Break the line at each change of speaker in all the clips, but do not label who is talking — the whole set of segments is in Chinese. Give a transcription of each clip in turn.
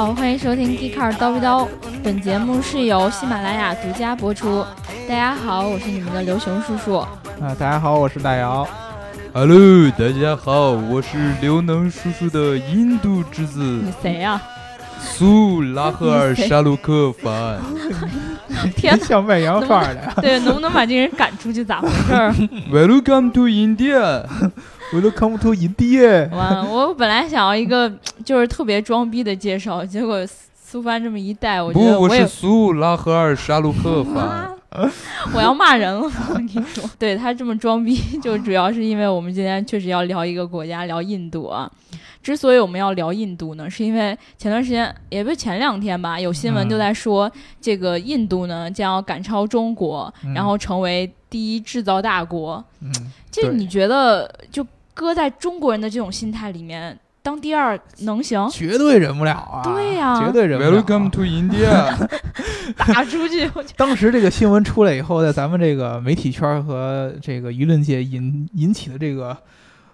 听 Geeker 叨逼叨，本节目是由喜马拉雅独家播出。大家好，我是你们的刘雄叔叔。
啊，大家好，我是大姚。
Hello，大家好，我是刘能叔叔的印度之子
你谁呀、
苏拉赫尔沙鲁克凡。
天
像外洋范儿的呀，
对，能不能把这人赶出去？咋回事 儿？
Welcome to India。
我都看不出一地。
完，我本来想要一个就是特别装逼的介绍，结果苏苏帆这么一带，我觉
不，
得
我
也
是苏拉赫尔沙鲁克凡。
我要骂人了，我跟你说，对他这么装逼， 就主要是因为我们今天确实要聊一个国家，聊印度啊。之所以我们要聊印度呢，是因为前段时间，也不是前两天吧，有新闻
嗯
就在说，这个印度呢将要赶超中国，
嗯
然后成为第一制造大国。
嗯，
这
对
你觉得，就搁在中国人的这种心态里面，当第二能行？
绝对忍不了啊！
对呀
绝对忍不了啊。
Welcome to India。
打出去， 我就
当时这个新闻出来以后，在咱们这个媒体圈和这个舆论界引引起的这个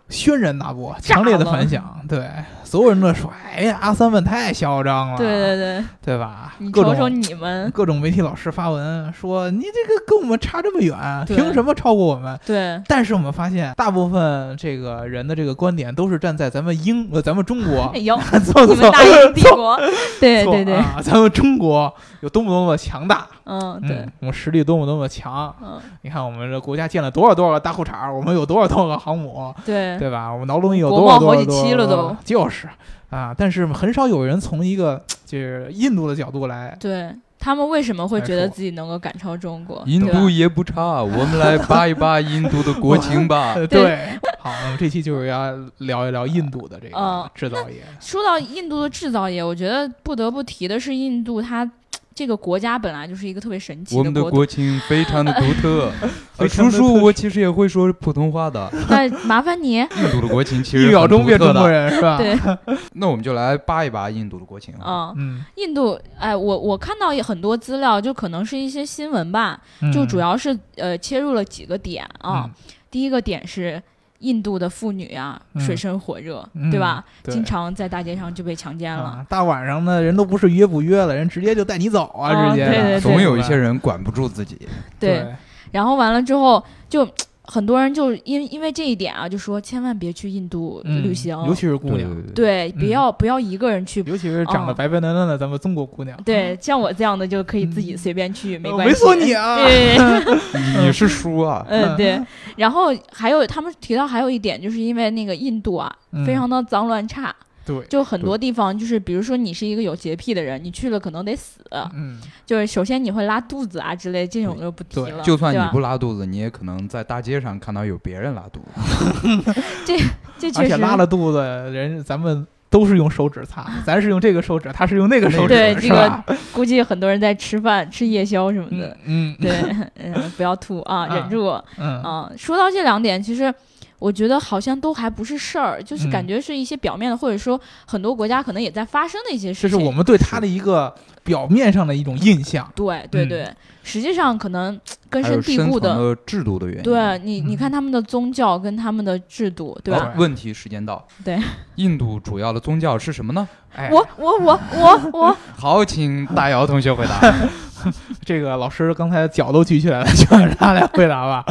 轩然大波，
炸
强烈的
了
反响。对，所有人都说：“哎呀，阿三问太嚣张了。”
对对对，
对吧？
你
各
瞅
种
瞅你 们，
各种媒体老师发文说：“你这个跟我们差这么远，
对
凭什么超过我们？”
对，
但是我们发现，大部分这个人的这个观点都是站在咱们英呃咱们中国
哎，呦，
错
你
错
们
错
大 英帝国， 对
错
对对，
啊，咱们中国有多么多么强大，
嗯，对
嗯，，我们实力多么多么强。
嗯，
你看我们这国家建了多少多少个大裤衩儿，我们有多少多少个航母，
对，
对吧？我们劳动力有
哎国
多少
贸
多
好
少
几
多少
期了
多
都
少，就是啊。但是很少有人从一个就是印度的角度来，
对他们为什么会觉
来
得
说
自己能够赶超中国？
印
对
度
吧
也不差，我们来扒一扒印度的国情 吧。
呃，
对
对。好，那么这期就是要聊一聊印度的这
嗯
个制造业。
说到印度的制造业，我觉得不得不提的是，印度它这个国家本来就是一个特别神奇
我们的
国度。
国情非常的独特。
非
呃
常
叔
地特
叔，
殊
我其实也会说普通话的。
那麻烦 你，
印度的国情其
一
实
秒
很
钟
独
变
特
中
的
国。人是吧？
对，
那我们就来扒一扒印度的国情啊。
嗯，
嗯，
印度，哎，我我看到很多资料，就可能是一些新闻吧，
嗯
就主要是呃切入了几个点啊。
嗯
第一个点是印度的妇女啊，
嗯
水深火热，
嗯
对吧？
对
经常在大街上就被强奸了。
啊，大晚上的人都不是约不约了，人直接就带你走啊，
啊
直接
对对对
总有一些人管不住自己。
对，然后完了之后就。很多人就因因为这一点啊，就说千万别去印度
嗯
旅行，
尤其是姑
对
娘，，
对，不
嗯
要、不要一个人去，
尤其是长得
哦
白白嫩嫩的咱们中国姑娘，
对，像我这样的就可以自己随便去，没
呃
关系。
猥琐你啊
对，
你你是叔啊。
嗯对。然后还有他们提到还有一点，就是因为那个印度啊，
嗯
非常的脏乱差，
对，
就很多地方就是，比如说你是一个有洁癖的人，你去了可能得死，
嗯，
就是首先你会拉肚子啊之类，这种就不提
对
了。
就算
对啊
你
吧
不拉肚子，你也可能在大街上看到有别人拉肚子。
这确
而且
实
拉了肚子，人咱们都是用手指擦，咱是用这个手指，他是用那个手指，
对
是
这个
吧
估计很多人在吃饭、吃夜宵什么的。
嗯嗯
对，嗯，不要吐啊，
啊
忍住啊
嗯，
说到这两点，其实我觉得好像都还不是事儿，就是
嗯
感觉是一些表面的，或者说很多国家可能也在发生的一些
这
事
是
情。
我们对他的一个表面上的一种印象。
对对
嗯
对，实际上可能根
还有
深蒂固
层
的，
的制度的原因。啊
对你你
嗯
看他们的宗教跟他们的制度，对吧？
好问题时间到。
对，
印度主要的宗教是什么呢？
哎，
我我我我我，
好，请大姚同学回答。
这个老师刚才脚都举起来了，就让他来回答 吧，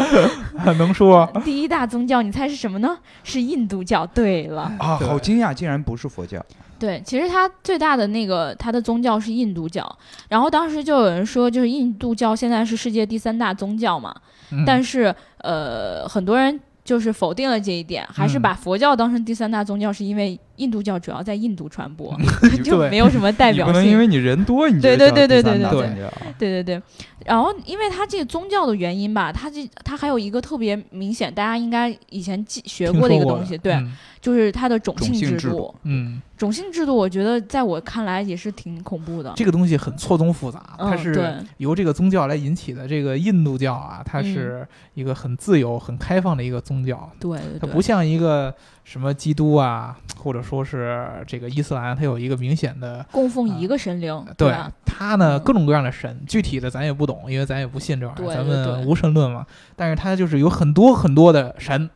能说
第一大宗教，你猜是什么呢？是印度教。对了，
啊，
对
好惊讶，竟然不是佛教。
对，其实它最大的那个它的宗教是印度教，然后当时就有人说，就是印度教现在是世界第三大宗教嘛，
嗯
但是呃，很多人就是否定了这一点，还是
嗯
把佛教当成第三大宗教，是因为印度教主要在印度传播，就
对
没有什么代
你
表
不能因
性。
为你人多，你
对
就
对对对
叫第三
对
大
对
宗教
对对对，然后因为它这个宗教的原因吧，它这它还有一个特别明显，大家应该以前记学
听
过的一
说
个东西，对，
嗯
就是它的种
种
姓
姓
制
制
度。
嗯，
种姓制度，我觉得在我看来也是挺恐怖的。
这个东西很错综复杂，它
嗯，
是
对，
由这个宗教来引起的。这个印度教啊，它是一个很自由、很开放的一个宗教，
对嗯对
它
对，
不像一个什么基督啊，或者说是这个伊斯兰，它有一个明显的。
供奉一个神灵，
对
吧？
它
嗯
呢，各种各样的神，具体的咱也不懂，因为咱也不信这玩意
对
儿，咱
对对
们无神论嘛。但是它就是有很多很多的神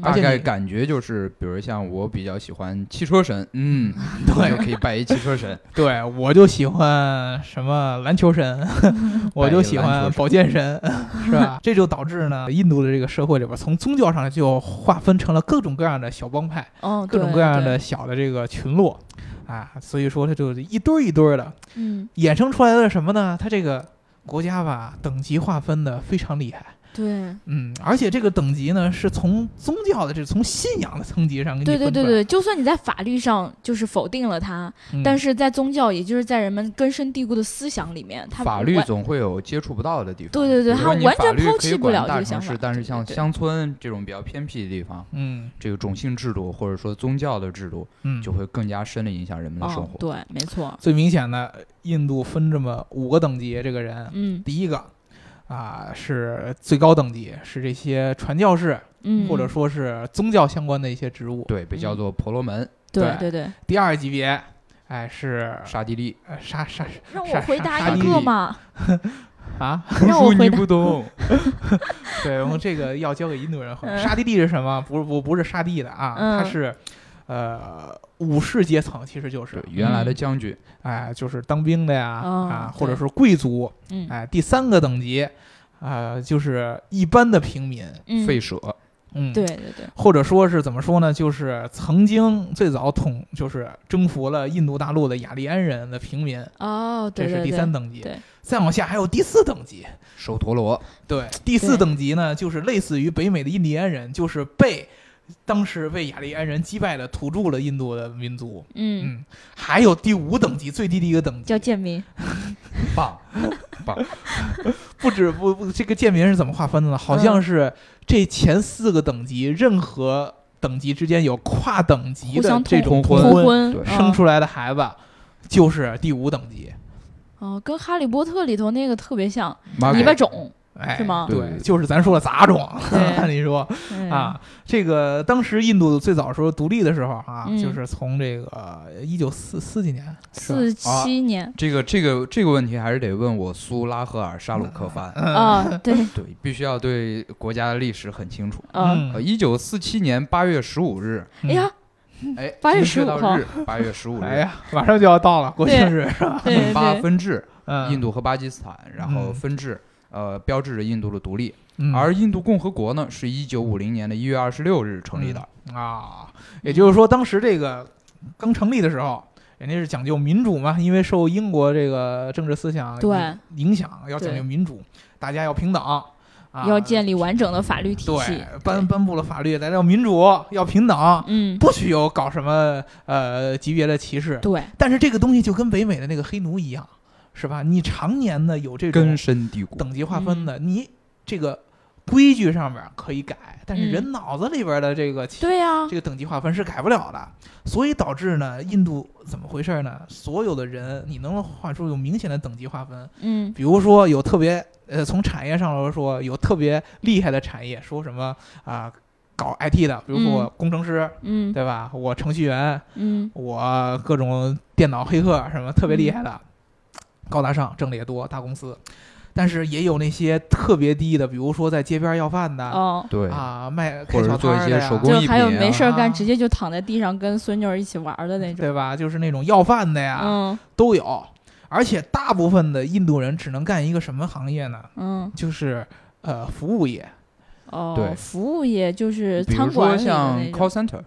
而
大
且
概
你
感觉就是，比如像我比较喜欢汽车神，嗯，我就
对
可以拜一汽车神，
对，我就喜欢什么篮 球神，我就喜欢保健神， 是吧？这就导致呢，印度的这个社会里边，从宗教上就划分成了各种各样的小帮派，
哦，
各种
对
各样，的
对
小的这个群落啊，所以说它就一堆儿一堆儿的，
嗯，
衍生出来的什么呢？它这个国家吧，等级划分的非常厉害。
对，
嗯，而且这个等级呢，是从宗教的，这从信仰的层级上给你
对
分出
对
来。
对对，就算你在法律上就是否定了他，
嗯
但是在宗教，也就是在人们根深蒂固的思想里面， 他
法律
完
总会有接触不到的地方。
对对对
比如
他
说你
完
法
全
律
抛
可
弃
以
不
管
了这
大
个
城
想
市
法
但是
对
像
对对
乡村这种比较偏僻的地方，
嗯
这个种姓制度或者说宗教的制度，
嗯，
就会更加深的影响人们的生
哦，
活。
对，没错，
最明显的，印度分这么五个等级，这个人，
嗯
第一个啊是最高等级，是这些传教士
嗯，
或者说是宗教相关的一些职务。
对，被叫做婆罗门、
对
对
对对，
第二级别，哎是
沙地利。
呃沙沙
让
沙
我回
沙
答
沙
一
地
个
利
嘛，
哎 啊，
让我回答
懂，
对，我们这个要交给印度人回答。
嗯
沙地利是什么？不是不不是沙地的啊，
嗯
它是呃武士阶层，其实就是
对，原来
嗯
的将军，
哎就是当兵的呀、
嗯哦
啊，
对
或者是贵族。
嗯
哎，第三个等级。啊、就是一般的平民，
嗯，
吠舍，
嗯，
对，对对，
或者说是怎么说呢？就是曾经最早统，就是征服了印度大陆的雅利安人的平民，
哦，对
这
对
是
对，
第三等级。
对
再往下还有第四等级。
首陀罗，
对，第四
对
等级呢，就是类似于北美的印第安人，就是被当时被雅利安人击败的土著了印度的民族。
嗯，
嗯，还有第五等级，最低的一个等级
叫，贱民，
棒，
不止不不，这个贱民是怎么划分的呢？好像是这前四个等级，任何等级之间有跨等级
互
的
相
这种
通婚
通
偷婚
对
生
啊
出来的孩子就是第五等级，
哦，跟《哈利波特》里头那个特别像，
妈
尾巴
给
种，
哎，
是吗
对，
对对对
就是咱说的杂种。
对
你说
嗯，
啊，这个当时印度最早时候独立的时候啊，
嗯
就是从这个一九四四几年，是吧啊
四七年
这个这个这个问题还是得问我苏拉赫尔沙鲁
嗯
克番，
啊， 对，
对，必须要对国家的历史很清楚。
啊，
呃，
嗯
一九四七年八月十五日，
哎呀，，
嗯
哎，
8月
精确
15
到
号
日，八月十五
哎
日，
呀，马上就要到了国庆日，
对对
八
对，
分治，
嗯，
印，度和巴基斯坦，然后
嗯
分治，呃，标志着印度的独立。
嗯、
而印度共和国呢，是一九五零年的一月二十六日成立的。
啊，也就是说，当时这个刚成立的时候。人家是讲究民主嘛，因为受英国这个政治思想
对
影影响，要讲究
对
民主，大家要平等，啊、
要建立完整的法律体系
对，，颁颁布了法律，咱要民主，要平等，
嗯，
不许有搞什么呃级别的歧视。
对，
但是这个东西就跟北美的那个黑奴一样，是吧？你常年的有这种
根深蒂固，
嗯等级划分
嗯
的，你这个规矩上面可以改，但是
嗯
人脑子里边的这个歧、
对啊呀
这，个等级划分是改不了的，所以导致呢，印度怎么回事呢？所有的人你能画出有明显的等级划分，
嗯，
比如说有特别呃，从产业上来说有特别厉害的产业，说什么啊、搞 IT 的，比如说我工程师，
嗯
对吧？我程序员，
嗯，
我各种电脑黑客啊什么特别厉害的，高大上，挣的也多，大公司。但是也有那些特别低的，比如说在街边要饭的、
哦，
对，
啊，卖开
或者
小
是做
摊
一
儿
些
的呀
手工
就
艺
还有
品
没事儿
啊
干，直接就躺在地上跟孙女儿一起玩儿的那种，
对吧？就是那种要饭的呀，
嗯
都有。而且大部分的印度人只能干一个什么行业呢？
嗯，
就是呃，服务业。
哦，
对
服务业就是
比如
餐
说
馆里的
像
那种，
call center，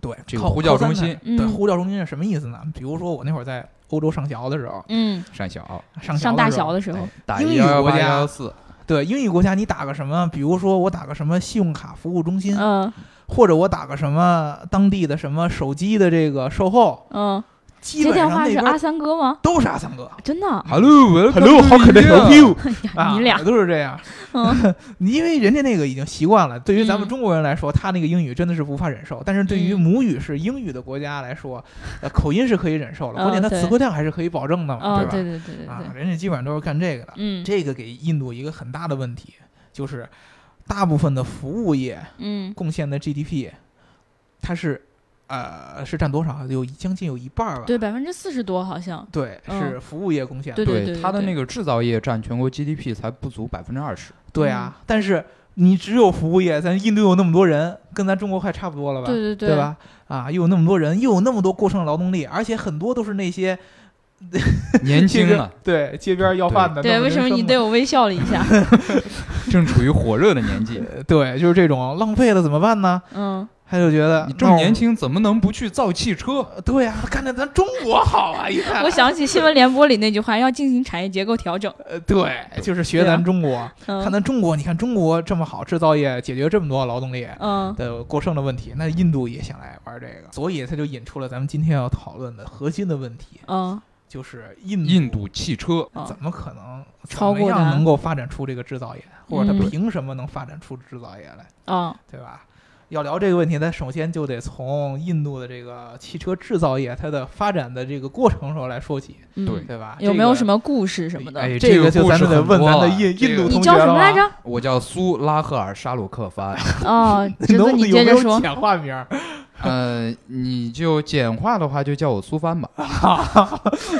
对，
这个
靠
呼叫
靠三
中心
台对，
嗯
呼叫中心是什么意思呢？比如说我那会儿在欧洲上学的时候，
嗯，
上小，哎
上
上
的
大
时候
小的时候，
打
哦英语
幺幺
国
八
家
幺四，
对英语国家，你打个什么？比如说我打个什么信用卡服务中心，
嗯
或者我打个什么当地的什么手机的这个售后，
嗯，接
基本
电
上
话
那
是啊阿
边
三哥吗？
都是阿三 哥。
真的啊，
Hello，
嗯 how can I help you？啊，
你俩，
都是这样，
嗯
因为人家那个已经习惯了。对于咱们
嗯
中国人来说，他那个英语真的是无法忍受。但是对于
嗯
母语是英语的国家来说，呃，口音是可以忍受了，
哦
关键它
对
词汇量还是可以保证的嘛，
哦，
吧？
对对对对
啊，
对，
人家基本上都是干这个的。
嗯
这个给印度一个很大的问题，就是大部分的服务业
嗯
贡献的 GDP，它是呃是占多少？有一将近有一半儿吧。
对，百分之四十多好像。
对，是服务业贡献。
对对对对
它的
对
那个制造业占全国 GDP 才不足百分之二十。
对
嗯
啊，但是你只有服务业，咱印度有那么多人，跟咱中国快差不多了吧？
对对对
对？吧？啊，又有那么多人，又有那么多过剩劳动力，而且很多都是那些街
年轻
边
啊，
对街边要饭的。
对，为什么你对
对？
我微笑了一下？
正处于火热的年纪，
对，就是这种浪费了怎么办呢？
嗯，
他就觉得
你这么年，轻怎么能不去造汽车？
那我对呀、干的咱中国好啊！一看，
我想起新闻联播里那句话，要进行产业结构调整。
呃，对，就是学
啊
咱中国，看
嗯
咱中国，你看中国这么好，制造业解决这么多劳动力
嗯，
的过剩的问题，那印度也想来玩这个，所以他就引出了咱们今天要讨论的核心的问题，
嗯，
就是印
印度汽车，
嗯
怎么可能
超
怎么
过
样
咱
能够发展出这个制造业，或者他
嗯
凭什么能发展出制造业来，
嗯，
对吧？要聊这个问题，咱首先就得从印度的这个汽车制造业它的发展的这个过程时候来说起，
嗯
对
对吧？
有没有
这个
什么故事什么的？
哎
这
这
个
个
就
故
咱
事
们得
很
问
多
咱的
啊
印
这
印
个
度
你
同
叫
学
什么
了啊
来
吗
着？
我叫苏拉赫尔沙鲁克凡。
哦， 侄
能
子，
不能
你
有没
接着
有
说。
简化名儿？
呃，你就简化的话就叫我苏帆吧。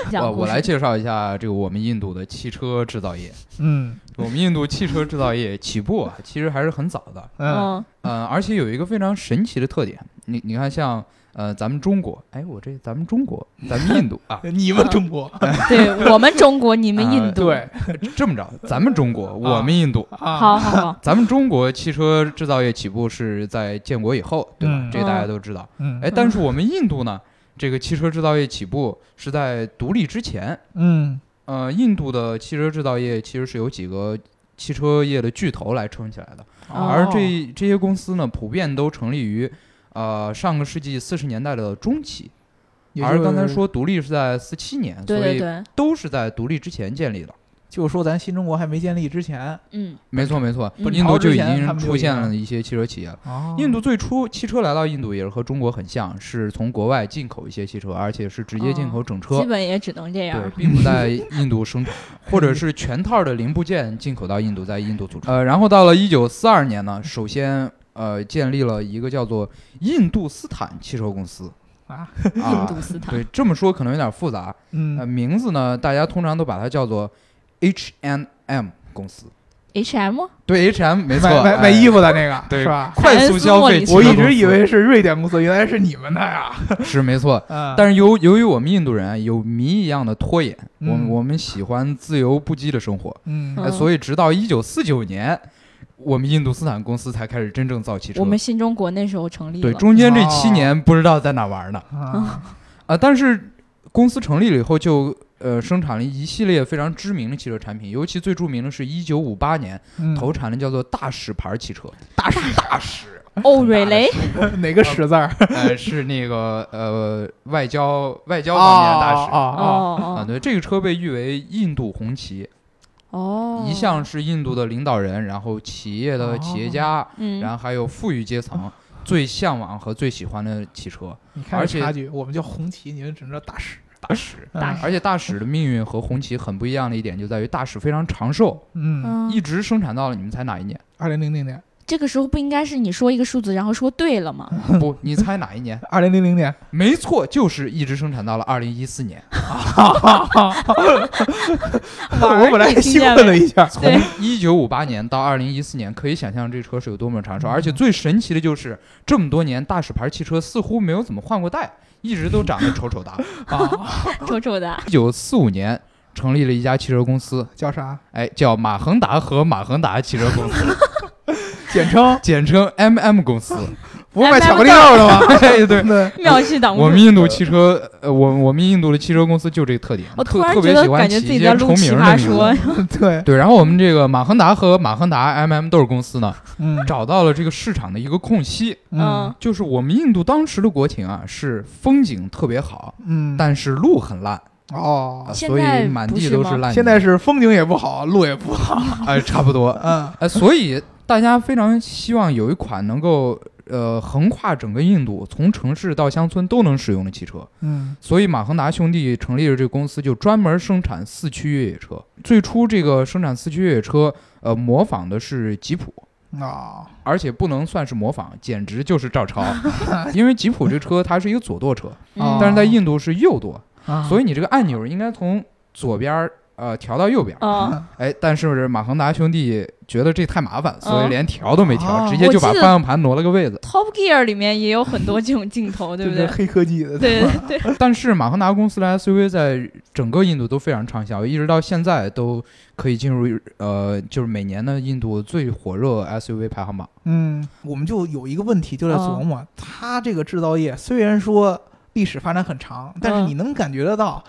讲
我
故
我
事
来介绍一下这个我们印度的汽车制造业。
嗯
我们印度汽车制造业起步啊，其实还是很早的。
嗯，
嗯
嗯、而且有一个非常神奇的特点，你你看像呃咱们中国，哎，我这咱们中国，咱们印度啊
嗯
你们中国
对我们中国，你们印度，
对
这么着，咱们中国，我们印度，
啊，
好好好，
咱们中国汽车制造业起步是在建国以后，对吧？
嗯
这大家都知道。
嗯
哎，但是我们印度呢，这个汽车制造业起步是在独立之前。
嗯
呃，印度的汽车制造业其实是由几个汽车业的巨头来撑起来的，
哦
而这这些公司呢，普遍都成立于呃上个世纪四十年代的中期，
也
而
就是
刚才说独立是在四七年，
对对
所以
对，
都是在独立之前建立的。
就是说咱新中国还没建立之前，
嗯
没错没错，
嗯
印度就已
本朝之前他
经
们就
出现
已经
了一些汽车企业了。
哦
印度最初汽车来到印度也是和中国很像，是从国外进口一些汽车，而且是直接进口整车，
哦基本也只能这
对
样，。
并不在印度生产，或者是全套的零部件进口到印度，在印度组成。呃，然后到了一九四二年呢，首先呃建立了一个叫做印度斯坦汽车公司
啊，
印
啊
度，斯坦，
对，这么说可能有点复杂，呃，
嗯
名字呢，大家通常都把它叫做 H and M 公司，
H M，
对 H M 没错，
买买买
哎
衣服的那个
对
是吧？
快速消费汽车
我
公司，
一直以为是瑞典公司，原来是你们的呀！
是没错，
嗯，
但是由由于我们印度人啊有谜一样的拖延，
嗯
我们我们喜欢自由不羁的生活，
嗯
呃
嗯
所以直到一九四九年，我们印度斯坦公司才开始真正造汽车
我。们新中国那时候成立
对，
了，
中间这
哦
七年不知道在哪玩呢
啊
啊！但是公司成立了以后就。呃，生产了一系列非常知名的汽车产品，尤其最著名的是1958年
嗯
投产的叫做大使牌汽车，
大使
大使，
哦瑞雷，
哪个使字儿？
呃，是那个呃外交外交方面的大
哦
使
哦
啊，
哦
对，这个车被誉为印度红旗，
哦哦，
一向是印度的领导人，然后企业的企业家，
嗯，
然后还有富裕阶层。最向往和最喜欢的汽车，
哦你看
而
这
且
差距，我们叫红旗，你们只能叫大使。
大使
大
使
而且大使的命运和红旗很不一样的一点就在于，大使非常长寿，
嗯，
嗯
一直生产到了你们猜哪一年？
二零零零年，
这个时候不应该是你说一个数字，然后说对了 吗？
不，你猜哪一年？
二零零零年，
没错，就是一直生产到了二零一四年，
我 本来
你
兴
嗯听见
奋
没
了一下，
从一九五八年到二零一四年，可以想象这车是有多么长寿。而
嗯
且最神奇的就是，这么多年大使牌汽车似乎没有怎么换过代，一直都长得丑丑的。
啊，
臭臭的，
一九四五年成立了一家汽车公司，
叫啥？
哎，叫马恒达和马恒达汽车公司，
简称
简称 MM 公司。
不是卖
MM
巧克力豆的吗？
哎，对，
对，
妙趣挡不
我们
住。
印度汽车，呃，我我们印度的汽车公司就这个特点，
我哦突
特
然
特
觉
别
得
喜欢
感觉
起
自
一
己
些
在录
重
奇
名的
葩
名
说
字。，
对，
对，然后我们这个马恒达和马恒达 MM 都是公司呢，
嗯
找到了这个市场的一个空隙，
嗯，
就是我们印度当时的国情啊，是风景特别好，
嗯，
但是路很烂，
哦
啊，
现
所
在
以满
不
地
是
都
吗
是烂泥。
现在是风景也不好，路也不好，
哎，差 不多，
嗯
呃，所以大家非常希望有一款能够呃横跨整个印度，从城市到乡村都能使用的汽车。
嗯
所以马恒达兄弟成立了这个公司，就专门生产四驱越野车。最初这个生产四驱越野车，呃，模仿的是吉普。
啊，
而且不能算是模仿，简直就是 照抄。因为吉普这车它是一个左舵车，
嗯
但是在印度是右舵，
哦啊
所以你这个按钮应该从左边儿呃调到右边儿。
啊
哦，
哎，但是马恒达兄弟觉得这太麻烦，所以
嗯
连调都没调，
啊
直接
我
就
记
把
得。
方向盘挪了个位子
Top Gear 里面也有很多这种镜头，对
这
不
是
对？
黑科技的，
对对对，
但是马恒达公司的 SUV 在整个印度都非常畅销，一直到现在都可以进入呃，就是每年的印度最火热 SUV 排行榜。
嗯，我们就有一个问题，就在
嗯
琢磨，它这个制造业虽然说历史发展很长，但是
嗯
你能感觉得到，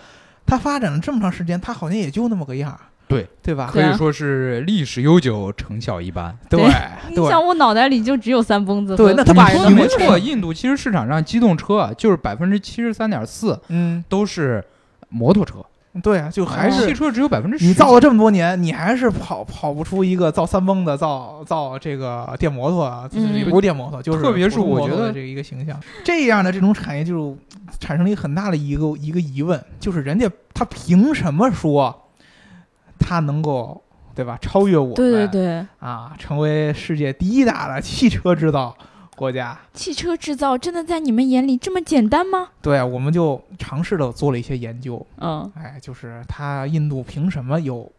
它发展了这么长时间，它好像也就那么个样儿，
对
对吧？
可以说是历史悠久，成效一般。嗯
对
你
对
想我脑袋里就只有三蹦子
对
和
那他
土
把
巴
人
人的
都没
你
火
没
有
车，
错，印度其实市场上机动车啊就是百分之七十三点四
嗯，
都是摩托车，
对啊，就还
哦汽
是。
车只有百分之十。
你造了这么多年，你还是跑跑不出一个造三蹦的、造造这个电摩托啊，就是也
嗯
不是电摩托，就是
特别是
普通摩
我觉
托的
得
这个一个形象，这样的这种产业就产生了一个很大的一个一个疑问，就是人家他凭什么说他能够对吧超越我们？
对对对，
哎
啊，成为世界第一大的汽车制造国家。
汽车制造真的在你们眼里这么简单吗？
对，啊我们就尝试的做了一些研究，
嗯
哎，就是他印度凭什么有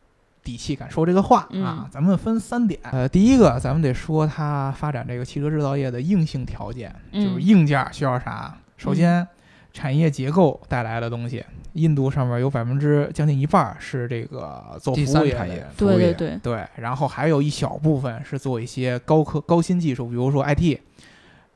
底气敢说这个话啊
嗯？
咱们分三点，呃，第一个咱们得说它发展这个汽车制造业的硬性条件，就是
嗯
硬件需要啥？首先，产业结构带来的东西，印度上面有百分之将近一半儿是这个做服
第
务
三
业
产
的
业，，服务
对对
业，
对，
对，然后还有一小部分是做一些高科高新技术，比如说 IT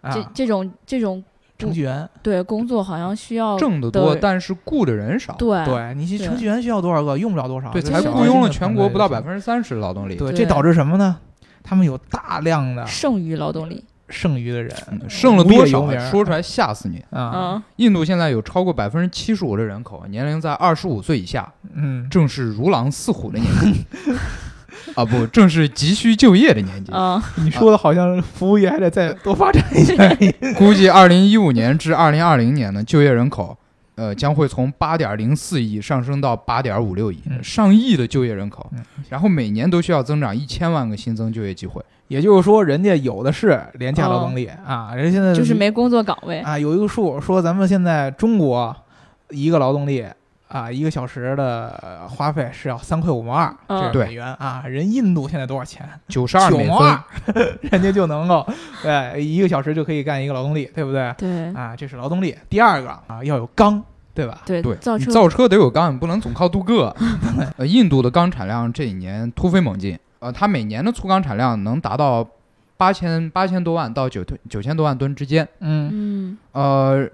这
啊，
这种这种
程序员。
对工作好像需要
挣得多，
哦对
但是雇的人少。
对
对你这
嗯对
程序员需要多少个，用不了多少，
对，
这
才
小
雇
而精
佣了
的
全
团
国
队
不到
就
百分之三十劳动力，
对，
对
这导致什么呢？他们有大量
啊
的
剩余劳动力，
剩余的人
嗯剩了多少
无业游民
啊？说出来吓死你！
啊，
嗯
印度现在有超过百分之七十五的人口啊年龄在二十五岁以下，
嗯，
正是如狼似虎的年纪 啊，不，正是急需就业的年纪。
嗯，
你说的好像服务业还得再多发展一下
估计二零一五年至二零二零年呢，就业人口。呃，将会从八点零四亿上升到八点五六亿，
嗯
上亿的就业人口
嗯，
然后每年都需要增长一千万个新增就业机会。
也就是说，人家有的是廉价劳动力啊，人家现在
哦就是没工作岗位，
啊，有一个数说咱们现在中国一个劳动力啊，一个小时的呃花费是要三块五毛二
嗯
这个美元啊，人印度现在多少钱？
九十二
九
美
毛
分
二，，
哎
人家就能够对一个小时就可以干一个劳动力，对不对？
对
啊，这是劳动力。第二个啊，要有钢，对吧？
对
对，
造
你
车
造车得有钢，你不能总靠镀铬。 呃，印度的钢产量这几年突飞猛进，呃，它每年的粗钢产量能达到八千八千多万到九九千多万吨之间，
嗯
嗯
呃，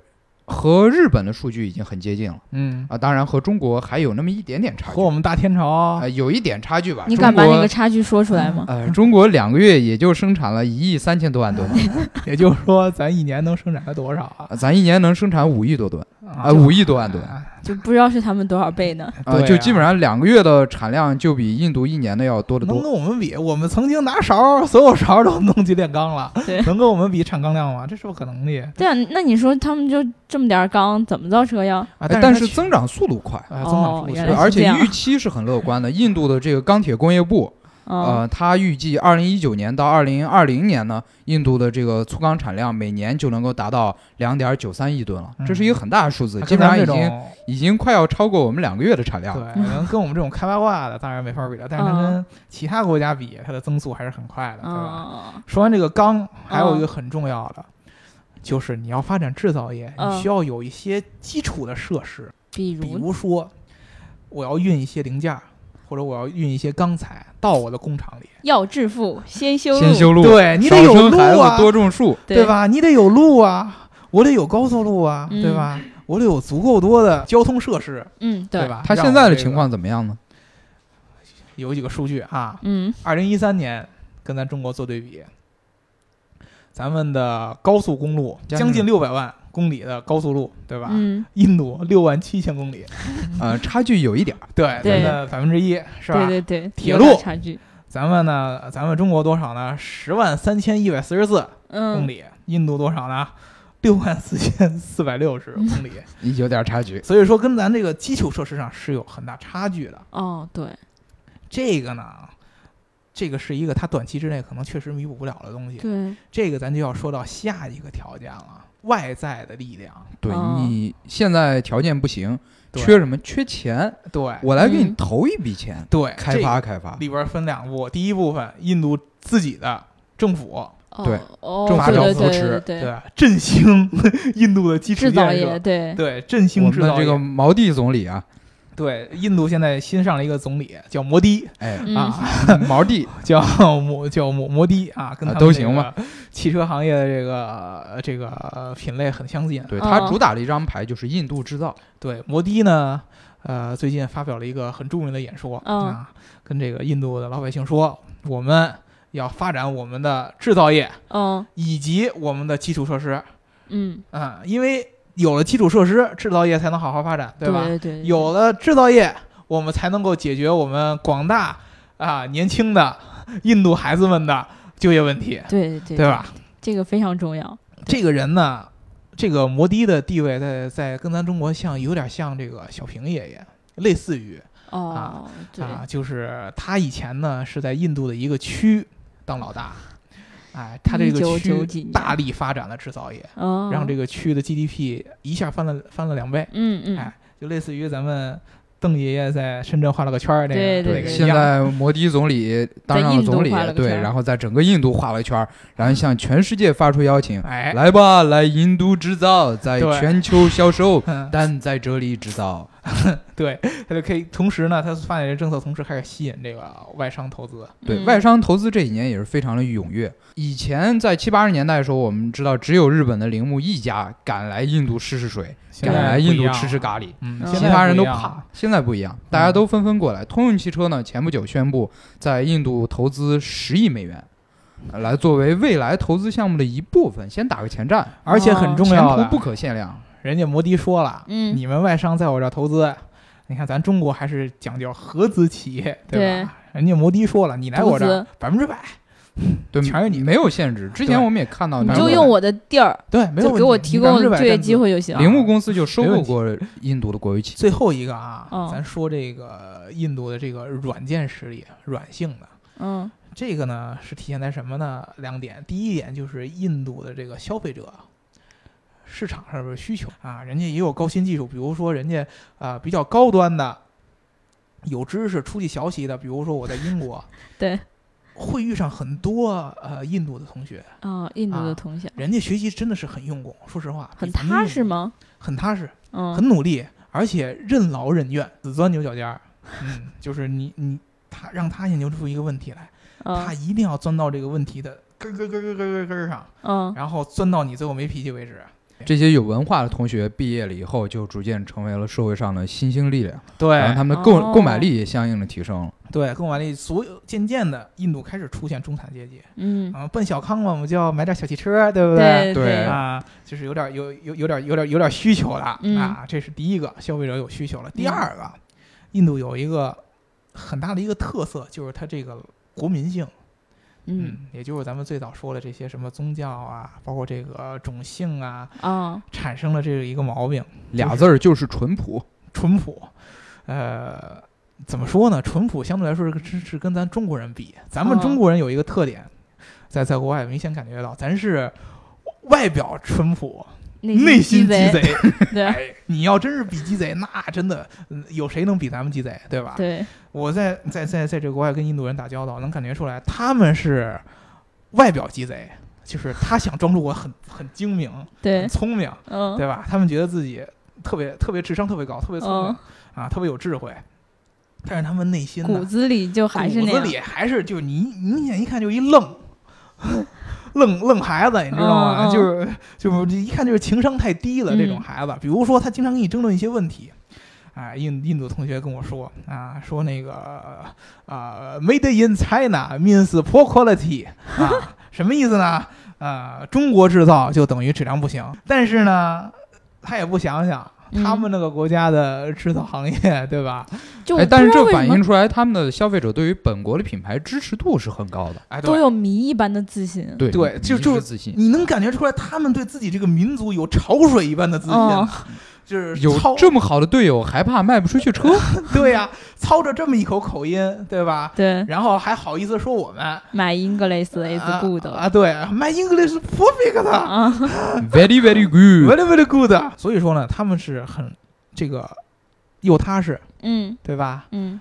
和日本的数据已经很接近了
嗯
啊、，当然和中国还有那么一点点差距
和，我们大天朝
呃，有一点差距吧。
你
中
敢把
国
那个嗯差距说出来吗？
呃，中国两个月也就生产了一亿三千多万吨，
也就是说，咱一年能生产个多少啊？
呃咱一年能生产五亿多吨，
啊
啊，五亿多万吨，
啊
就不知道是他们多少倍呢？
呃，就基本上两个月的产量就比印度一年的要多得
能
多。
跟我们比，我们曾经拿勺，所有勺都弄去炼钢了，
对
能跟我们比产钢量吗？这是不可能的
对啊，那你说他们就这么点儿钢，怎么造车呀？
啊！
呃
但
但是
增
增长速度快，
啊
哦
增长幅
原
度
来
对，
是
而
这
且
样
预期是很乐观的。印度的这个钢铁工业部，
嗯
呃，它预计二零一九年到二零二零年呢，印度的这个粗钢产量每年就能够达到两点九三亿吨了，这是一个很大的数字，
它
基
跟
本
咱
上
这种
已经已经快要超过我们两个月的产量了。
对，能跟我们这种开外挂的当然没法比了，但是它跟其他国家比，它的增速还是很快的，对吧？
嗯
说完这个钢，还有
哦
一个很重要的，就是你要发展制造业，
嗯
你需要有一些基础的设施，
比
比
如
如说，我要运一些零件儿，或者我要运一些钢材到我的工厂里，
要致富，先修
先
路，
修路，
对哎你得
少
有
生
路
孩子
啊，
多种树。
对
对？吧？你得有路啊，我得有高速路啊，
嗯
对吧？我得有足够多的交通设施，
嗯，对？
吧？
它
让
现
我
在的
这
情
个
况怎么样呢？
有几个数据啊，
嗯
二零一三年跟咱中国做对比，咱们的高速公路
将近
将近六百万公里的高速路，对吧？
嗯，
印度六万七千公里，
呃，差距有一点儿，
对，
对
咱的百分之一是吧？
对对对，
铁
有点
路
差距，
咱们呢，咱们中国多少呢？十万三千一百四十四公
嗯，
里，印度多少呢？六万四千四百六
嗯
十公里。
有点儿差距。
所以说，跟咱这个基础设施上是有很大差距的。
哦，对，
这个呢，这个是一个它短期之内可能确实弥补不了的东西。
对，
这个咱就要说到下一个条件了，外在的力量。
对
哦
你现在条件不行，
对
缺什么？缺钱，
对，
我来给你
嗯
投一笔钱，
对
开
哎这个
发开发。
里边分两步，第一部分印度自己的政府，
哦
对
哦，
政
府
对
扶
对
持
对对
对吧？振兴 印度的基础
制造
建
业
设，
对，
对振
我
兴
们
制造
的
业。
这个毛地总理啊，
对，印度现在新上了一个总理叫摩的
哎，
嗯
啊，
毛地
叫摩叫摩摩的啊，跟他
啊
们
都
这
行
个
吧
汽车行业的这个这个品类很相近。
对他
哦
主打了一张牌，就是印度制造。
对，摩的呢，呃，最近发表了一个很著名的演说、
嗯
啊，跟这个印度的老百姓说，我们要发展我们的制造业
嗯
以及我们的基础设施
嗯，
啊，因为有了基础设施，制造业才能好好发展，
对
吧？
对对，
有了制造业，我们才能够解决我们广大啊年轻的印度孩子们的就业问题，
对对
对？吧？
这个非常重要，
这个人呢，这个摩的的地位在在跟咱中国像有点像这个小平爷爷，类似于
哦，对，
啊，就是他以前呢是在印度的一个区当老大，哎，他这个
1999
区
几年
大力发展了制造业，
哦，
让这个区的 GDP 一下翻了翻了两倍，
嗯嗯
哎，就类似于咱们邓爷爷在深圳画了个圈儿那
对对
个那
对
个
对
一
现
样。
在摩的总 理当上了总
在印
理
度画了，个
对，
圈儿
然后在整个印度画了圈儿，然后向全世界发出邀请，
哎，
来吧，来印度制造，在
对
全球销售，
嗯，
但在这里制造。
对，他就可以同时呢，他发展这政策，同时开始吸引这个外商投资。
对、
嗯
外商投资这几年也是非常的踊跃。以前在七八十年代的时候，我们知道只有日本的铃木一家敢来印度试试水，
现
敢
在
来
不
印
一
度
样
吃吃，咖喱，
嗯
嗯，现
其
在
他
不
人
一
都
样嗯
怕。现在不一样，大家都纷纷过来。通用汽车呢，前不久宣布在印度投资十亿美元。呃来作为未来投资项目的一部分，先打个前站，
而且很重
哦前
要
途
的，
不可限量。
人家摩的说了，
嗯
你们外商在我这儿投资，你看咱中国还是讲究合资企业，
对
吧？人家摩的说了，你来我
投
这儿
资
百分之百，
对，
全是你
没有限制。之前
对
我们也看到，
你
百分
就
之
用我的地儿，
对，没有
就
问
给我
题
提
你百
供
分之百
就业
占
机
资。
会就行。
铃木公司就收
没
购
问题
过印度的国有企业。
最后一个啊，
嗯
咱说这个印度的这个软件实力，软性的。
嗯，
这个呢是体现在什么呢？两点，第一点就是印度的这个消费者市场上边需求啊，人家也有高新技术，比如说人家啊、比较高端的有知识出去学习的，比如说我在英国
对，
会遇上很多呃印度的同学，
啊，印度的
啊
同学
人家学习真的是很用功，说实话，
很
比咱们
踏实
用
吗？
功，很踏实，
嗯，
很努力，而且任劳任怨，只钻牛角尖儿，嗯，就是你你他让他研究出一个问题来。他
嗯
一定要钻到这个问题的根儿根儿根儿根儿根儿根儿上，
嗯
然后钻到你最后没脾气为止。
这些有文化的同学毕业了以后，就逐渐成为了社会上的新兴力量，然后
对
他们的购、
哦
购买力也相应的提升了。
对，跟我完了，所有渐渐的，印度开始出现中产阶级
嗯，
啊，奔小康嘛，我们就要买点小汽车，对不
对
对
啊，就是有点有有有点有点有点需求了、
嗯
啊，这是第一个，消费者有需求了。第二个，印度有一个很大的一个特色，就是它这个国民性。
嗯，
也就是咱们最早说的这些什么宗教啊，包括这个种姓啊，
啊
产生了这个一个毛病。
俩字儿就是淳朴，
淳朴，呃，怎么说呢？淳朴相对来说是个是是跟咱中国人比，咱们
哦
中国人有一个特点，在在国外明显感觉到，咱是外表淳朴，内
心
心
鸡
鸡贼。
对
哎，你要真是比鸡贼，那真的嗯有谁能比咱们鸡贼，对吧？
对，
我在在在在这个国外跟印度人打交道，能感觉出来他们是外表鸡贼。就是他想装出我很很精明、
对
很，聪明，
嗯，
对吧？他们觉得自己特别特别智商特别高，特别聪明
嗯，
啊，特别有智慧，但是他们内心呢
骨子里就还是
骨
那
子
样，
里还是就是你明显一看就一 愣。愣愣孩子，你知道吗？
嗯嗯
就是就是一看就是情商太低了这种
嗯
孩子。比如说，他经常跟你争论一些问题，啊，印印度同学跟我说啊，说那个啊，made in China means poor quality 啊，什么意思呢？啊，中国制造就等于质量不行。但是呢，他也不想想他
嗯
们那个国家的制造行业，对吧？
就
哎，
我
但
不
是
知道
这
为
反
什么
映出来他们的消费者对于本国的品牌支持度是很高的。
哎，对
都有迷一般的自信，
对
对就
迷
就
之自信。
你能感觉出来，他们对自己这个民族有潮水一般的自信啊、
嗯
就是
有
操
这么好的队友，还怕卖不出去车？
对呀、操着这么一口口音，对吧？
对，
然后还好意思说我们
My English is
啊
good
啊，对，My English is perfect，very
啊
Very very good，
very good。所以说呢，他们是很这个又踏实，
嗯
对吧？
嗯，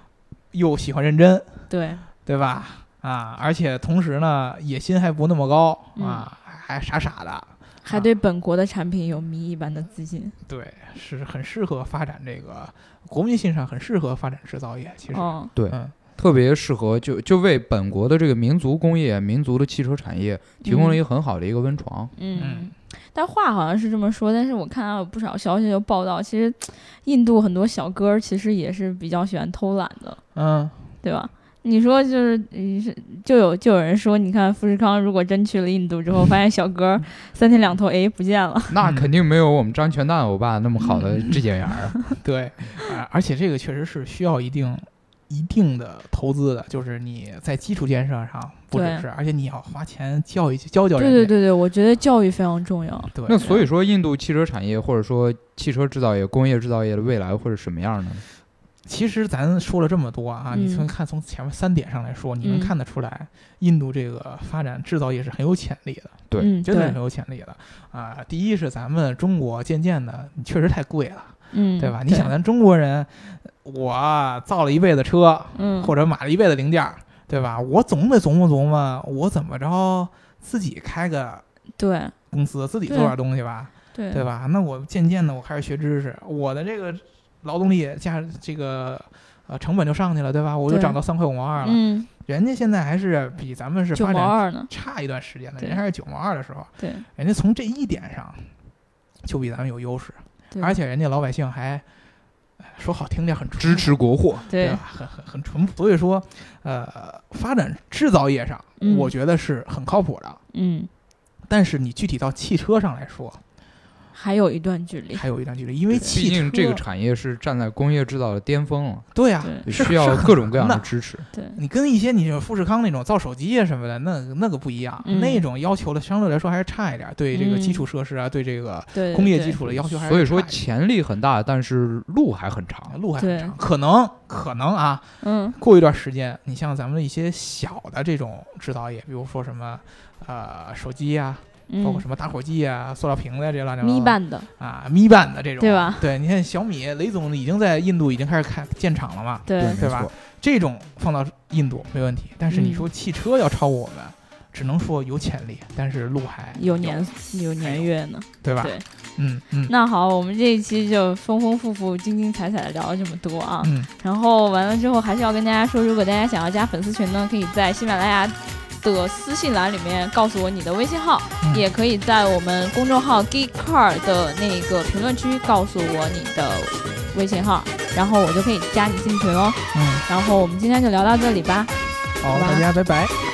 又喜欢认真，
对，
对吧？啊，而且同时呢，野心还不那么高啊，还傻傻的，
还对本国的产品有迷一般的自信。
对，是很适合发展这个国民性上很适合发展制造业。其实，
哦，
对，
嗯，
特别适合就就为本国的这个民族工业、民族的汽车产业提供了一个很好的一个温床。
嗯
嗯，
但话好像是这么说，但是我看到有不少消息有报道，其实印度很多小哥儿其实也是比较喜欢偷懒的，
嗯，
对吧？你说就是，嗯是就有就有人说，你看富士康如果真去了印度之后，发现小哥 儿三天两头哎不见了，
那
嗯
肯定没有我们张全蛋欧巴那么好的质检员儿。
对，啊而且这个确实是需要一定一定的投资的，就是你在基础建设上不只
对
是，而且你要花钱教育教教
对
人
对
家
对对，我觉得教育非常重要。
对
那所以说，印度汽车产业或者说汽车制造业、工业制造业的未来会是什么样呢？
其实咱说了这么多啊，
嗯
你从看从前面三点上来说，你能
嗯
看得出来，印度这个发展制造业是很有潜力的，
对
嗯，
真的是
对
很，有潜力的啊、第一是咱们中国渐渐的，你确实太贵了，
嗯，
对吧？你想，咱中国人，我造了一辈子车，
嗯，
或者买了一辈子零件儿，对吧？我总得琢磨琢磨，我怎么着自己开个
对
公司，自己做
对
点东西吧，
对
对吧？那我渐渐的，我开始学知识，我的这个劳动力价这个呃成本就上去了，对吧？我就
对
涨到三块五毛二了。
嗯，
人家现在还是比咱们是
九
发
毛
展
二呢，
差一段时间的，
对
人家还是九毛二的时候，
对
人家从这一点上就比咱们有优势，
对，
而且人家老百姓还哎说好听点很
支
纯
持国货，
对
对
啊吧？很很很淳朴。所以说，呃，发展制造业上，
嗯
我觉得是很靠谱的。
嗯，
但是你具体到汽车上来说，
还有一段距离。
还有一段距离，因为
哎对
汽车
毕竟这个产业是站在工业制造的巅峰了，
对啊，
对
是
需要
是很
各种各样
难
的
的。
支持。
对，
你跟一些你富士康那种造手机啊什么的，那那个不一样，
嗯
那种要求的相对来说还是差一点，对这个基础设施啊，对这个
对
工业
对
基础的要求还是
所以说
差一点啊
潜力很大，但是路还很长。
路还很
对
长，可能可能啊，
嗯
过一段时间，你像咱们的一些小的这种制造业，比如说什么，呃，手机呀、
嗯，
包括什么打火机啊、塑料瓶子呀、这乱七八糟
米
的
版的，
啊，米版的这种，
对吧？
对，你看小米，雷总已经在印度已经开始开建厂了嘛，
对
对
没
吧
错。？
这种放到印度没问题，但是你
嗯
说汽车要超过我们，只能说有潜力，但是路还
有年有年月呢。
对吧？
对
嗯嗯
那好，我们这一期就丰丰富富、精精彩彩的聊了这么多啊。
嗯，
然后完了之后，还是要跟大家说，如果大家想要加粉丝群呢，可以在喜马拉雅的私信栏里面告诉我你的微信号，
嗯
也可以在我们公众号 Geek Car 的那个评论区告诉我你的微信号，然后我就可以加你进群哦。
嗯，
然后我们今天就聊到这里吧，
好，
好吧
大家拜拜。
拜